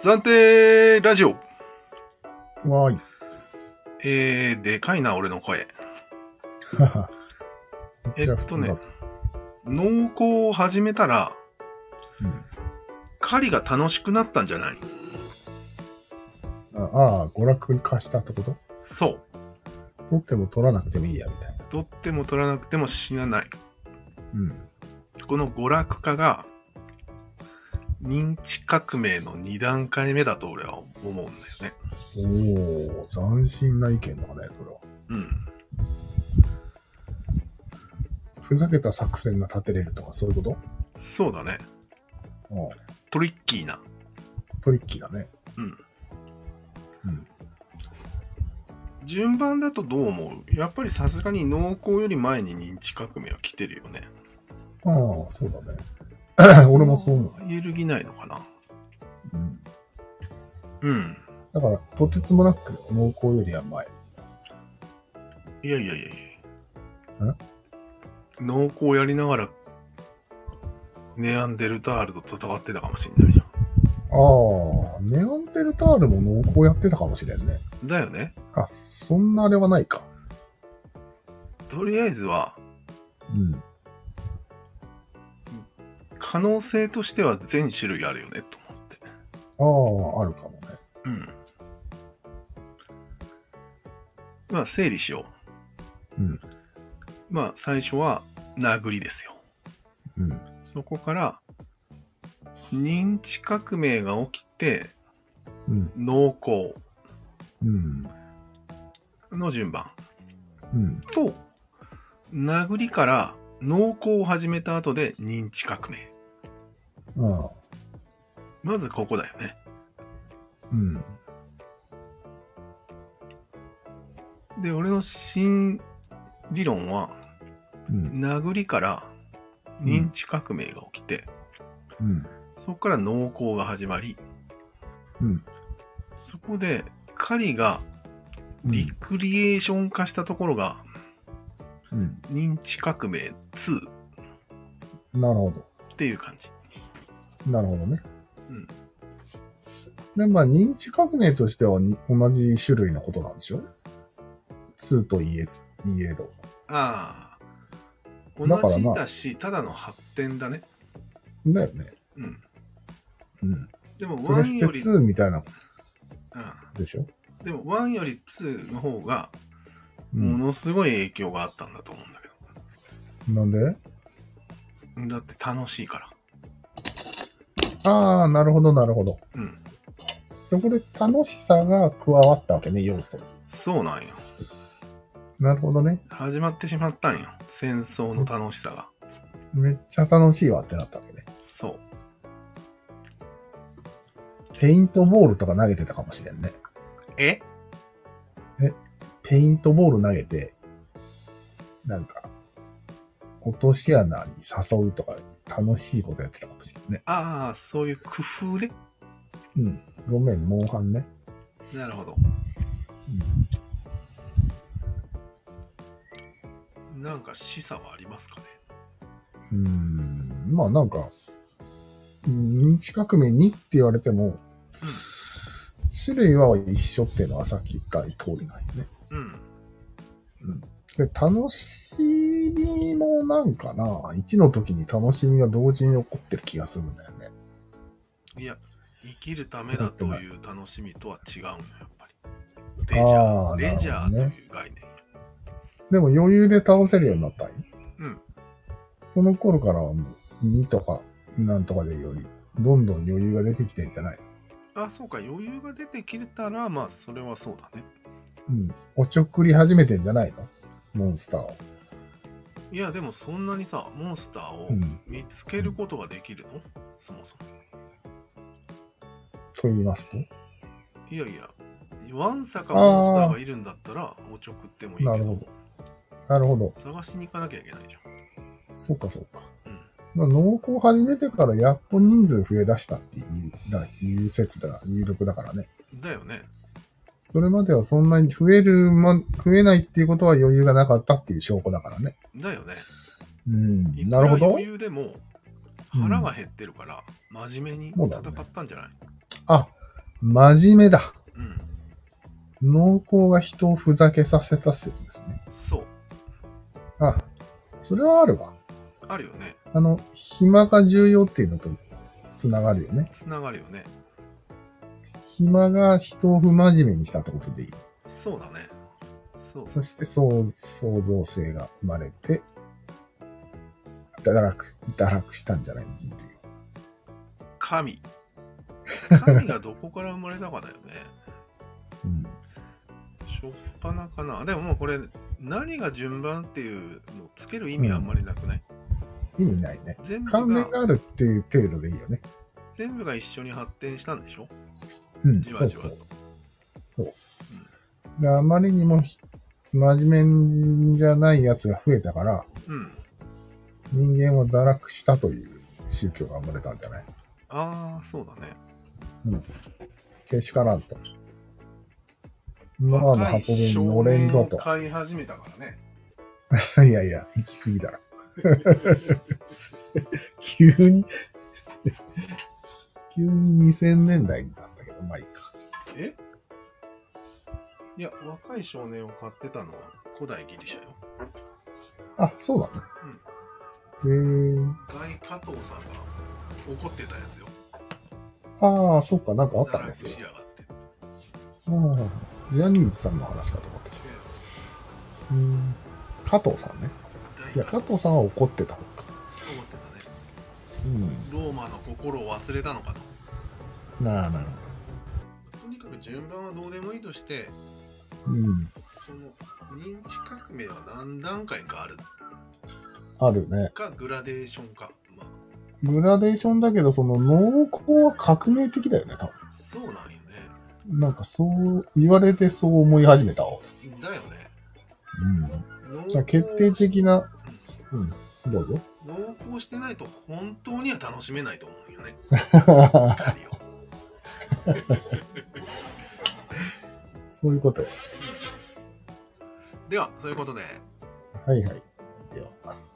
暫定ラジオ。わーい。 えー、でかいな、俺の声。ははえっとねめちゃ普通だ。農耕を始めたら、うん狩りが楽しくなったんじゃないあああ、娯楽化したってことそう。取っても取らなくてもいいや、みたいな。取っても取らなくても死なない。うん。この娯楽化が、認知革命の2段階目だと俺は思うんだよね。おお斬新な意見だね、それは。うん。ふざけた作戦が立てれるとか、そういうことそうだね。あトリッキーな。あトリッキーだね。順番だとどう思うやっぱりさすがに農耕より前に認知革命は来てるよね。ああ、そう だね。俺もそう思う。揺るぎないのかなうん、うん。だから、とてつもなく濃厚よりは前。いやいやいやいや。農耕やりながら、ネアンデルタールと戦ってたかもしれないじゃああ、ネアンデルタールも濃厚やってたかもしれんね。ん。だよね。あ、そんなあれはないか。とりあえずは、うん。可能性としては全種類あるよね、と思って。ああ、あるかもね。うん。まあ、整理しよう。うん。まあ、最初は、殴りですよ。うん。そこから、認知革命が起きて、うん。農耕うん。の順番うん。と、殴りから農耕を始めた後で認知革命。ああ、まずここだよね。うん。で、俺の新理論は、うん。殴りから認知革命が起きて、うん。そこから農耕が始まり、うん。そこで狩りがリクリエーション化したところがうん。認知革命2なるほっていう感じ。ど。なるほどね。うん。で、まあ、認知革命としてはに同じ種類のことなんでしょ ?2 と言えず、言えど。ああ。同だからじまあだし、ただの発展だね。だよね。うん。うん。でもプレ1スより、テうん、 2みたいなことでしょでも1より2の方がうもん。のすごい影響があったんだと思うんだけなんでど。だって楽しいから。ああ、なるほど、なるほど。うん。そこで楽しさが加わったわけね、要素に。そうなんよ。なるほどね。始まってしまったんよ。戦争の楽しさが。めっちゃ楽しいわってなったわけね。そう。ペイントボールとか投げてたかもしれんね。えペイントボール投げて、なんか、落とし穴に誘うとか、楽しいことやってたかもしれないね。ああ、そういう工夫で。うん。ごめん、モンハンね。なるほど。なんか示唆はありますかね。うん。うーんまあなんか、うん認知革命にって言われても、種類は一緒っていうのはさっき言った通りなんよね。うん。で、楽しみもなんかな、1の時に楽しみが同時に起こってる気がするんだよね。いや、生きるためだという楽しみとは違うのよ、やっぱり。レジャあー、ーレジャーとなるほどねいう概念。でも余裕で倒せるようになったんようんその頃からはもう2とかなんとかでより、どんどん余裕が出てきてんじゃないあ、そうか、余裕が出てきたら、まあ、それはそうだね。うん。おちょくり始めてんじゃないのモンスターを。いや、でもそんなにさ、モンスターをうん。見つけることができるの、そもそも。と言いますといやいや、ワンサかモンスターがいるんだったら、おちょくってもいいなけるどほ、なるほど。探しに行かなきゃいけないじゃん。そうかそうか。うんまあ、濃厚始めてからやっと人数増え出したっていう、だいう説だ、有力だからね。だよね。それまではそんなに増える、ま、増えないっていうことは余裕がなかったっていう証拠だからね。だよね。うん。なるほいくらど余。裕でも、腹が減ってるから、真面目に戦ったんじゃない、あ、真面目だ。うん。濃厚が人をふざけさせた説ですね。そう。あ、それはあるわ。あるよね。あの、暇が重要っていうのと繋がるよね。つながるよね。暇が人を不真面目にしたってことでいい。そうだね。そう。そして創創造性が生まれて、堕落、堕落したんじゃない人類は。神。神がどこから生まれたかだよね。うん。しょっぱなかな。でももうこれ、何が順番っていうのをつける意味はあんまりなくない、意味ないね。全部関連が、があるっていう程度でいいよね。全部が一緒に発展したんでしょうん。じわじわそうとそう。であまりにもひ真面目じゃないやつが増えたから、うん。人間は堕落したという宗教が生まれたんじゃないああ、そうだね。けしからんと。今まで若い箱に少乗れん年ぞをと。 飼い始めたからね。いやいや、行き過ぎだろ。 急に、急に2000年代になったけど、まあいいか。えいや、若い少年を飼ってたのは古代ギリシャよ。あ、そうだね。へえ。大加藤さんが怒ってたやつよ。ああ、そっか、なんかあった堕んで落しすよ。やがって。違いああ、ジャニーズさんの話かと思ったし。ますうん。加藤さんね。大いや、加加藤さんは怒ってたのか。思ってたね。うローマの心を忘れたのかと。ん。なあ、なるとにかく順番はどうでもいいとして、ほど。うん。その認知革命は何段階かあるあるね。か、グラデーションか。まグラデーションだけど、その濃厚は革命的だよね、多あ、そうなんよ分。なんかそう、言われてそう思い始めたわ。ね。だよね。うん。だ濃から決定的な、うん、どう ぞ。濃厚してないと本当には楽しめないと思うよね。狩りを。そういうことよ。では、そういうことで。はいはい。では。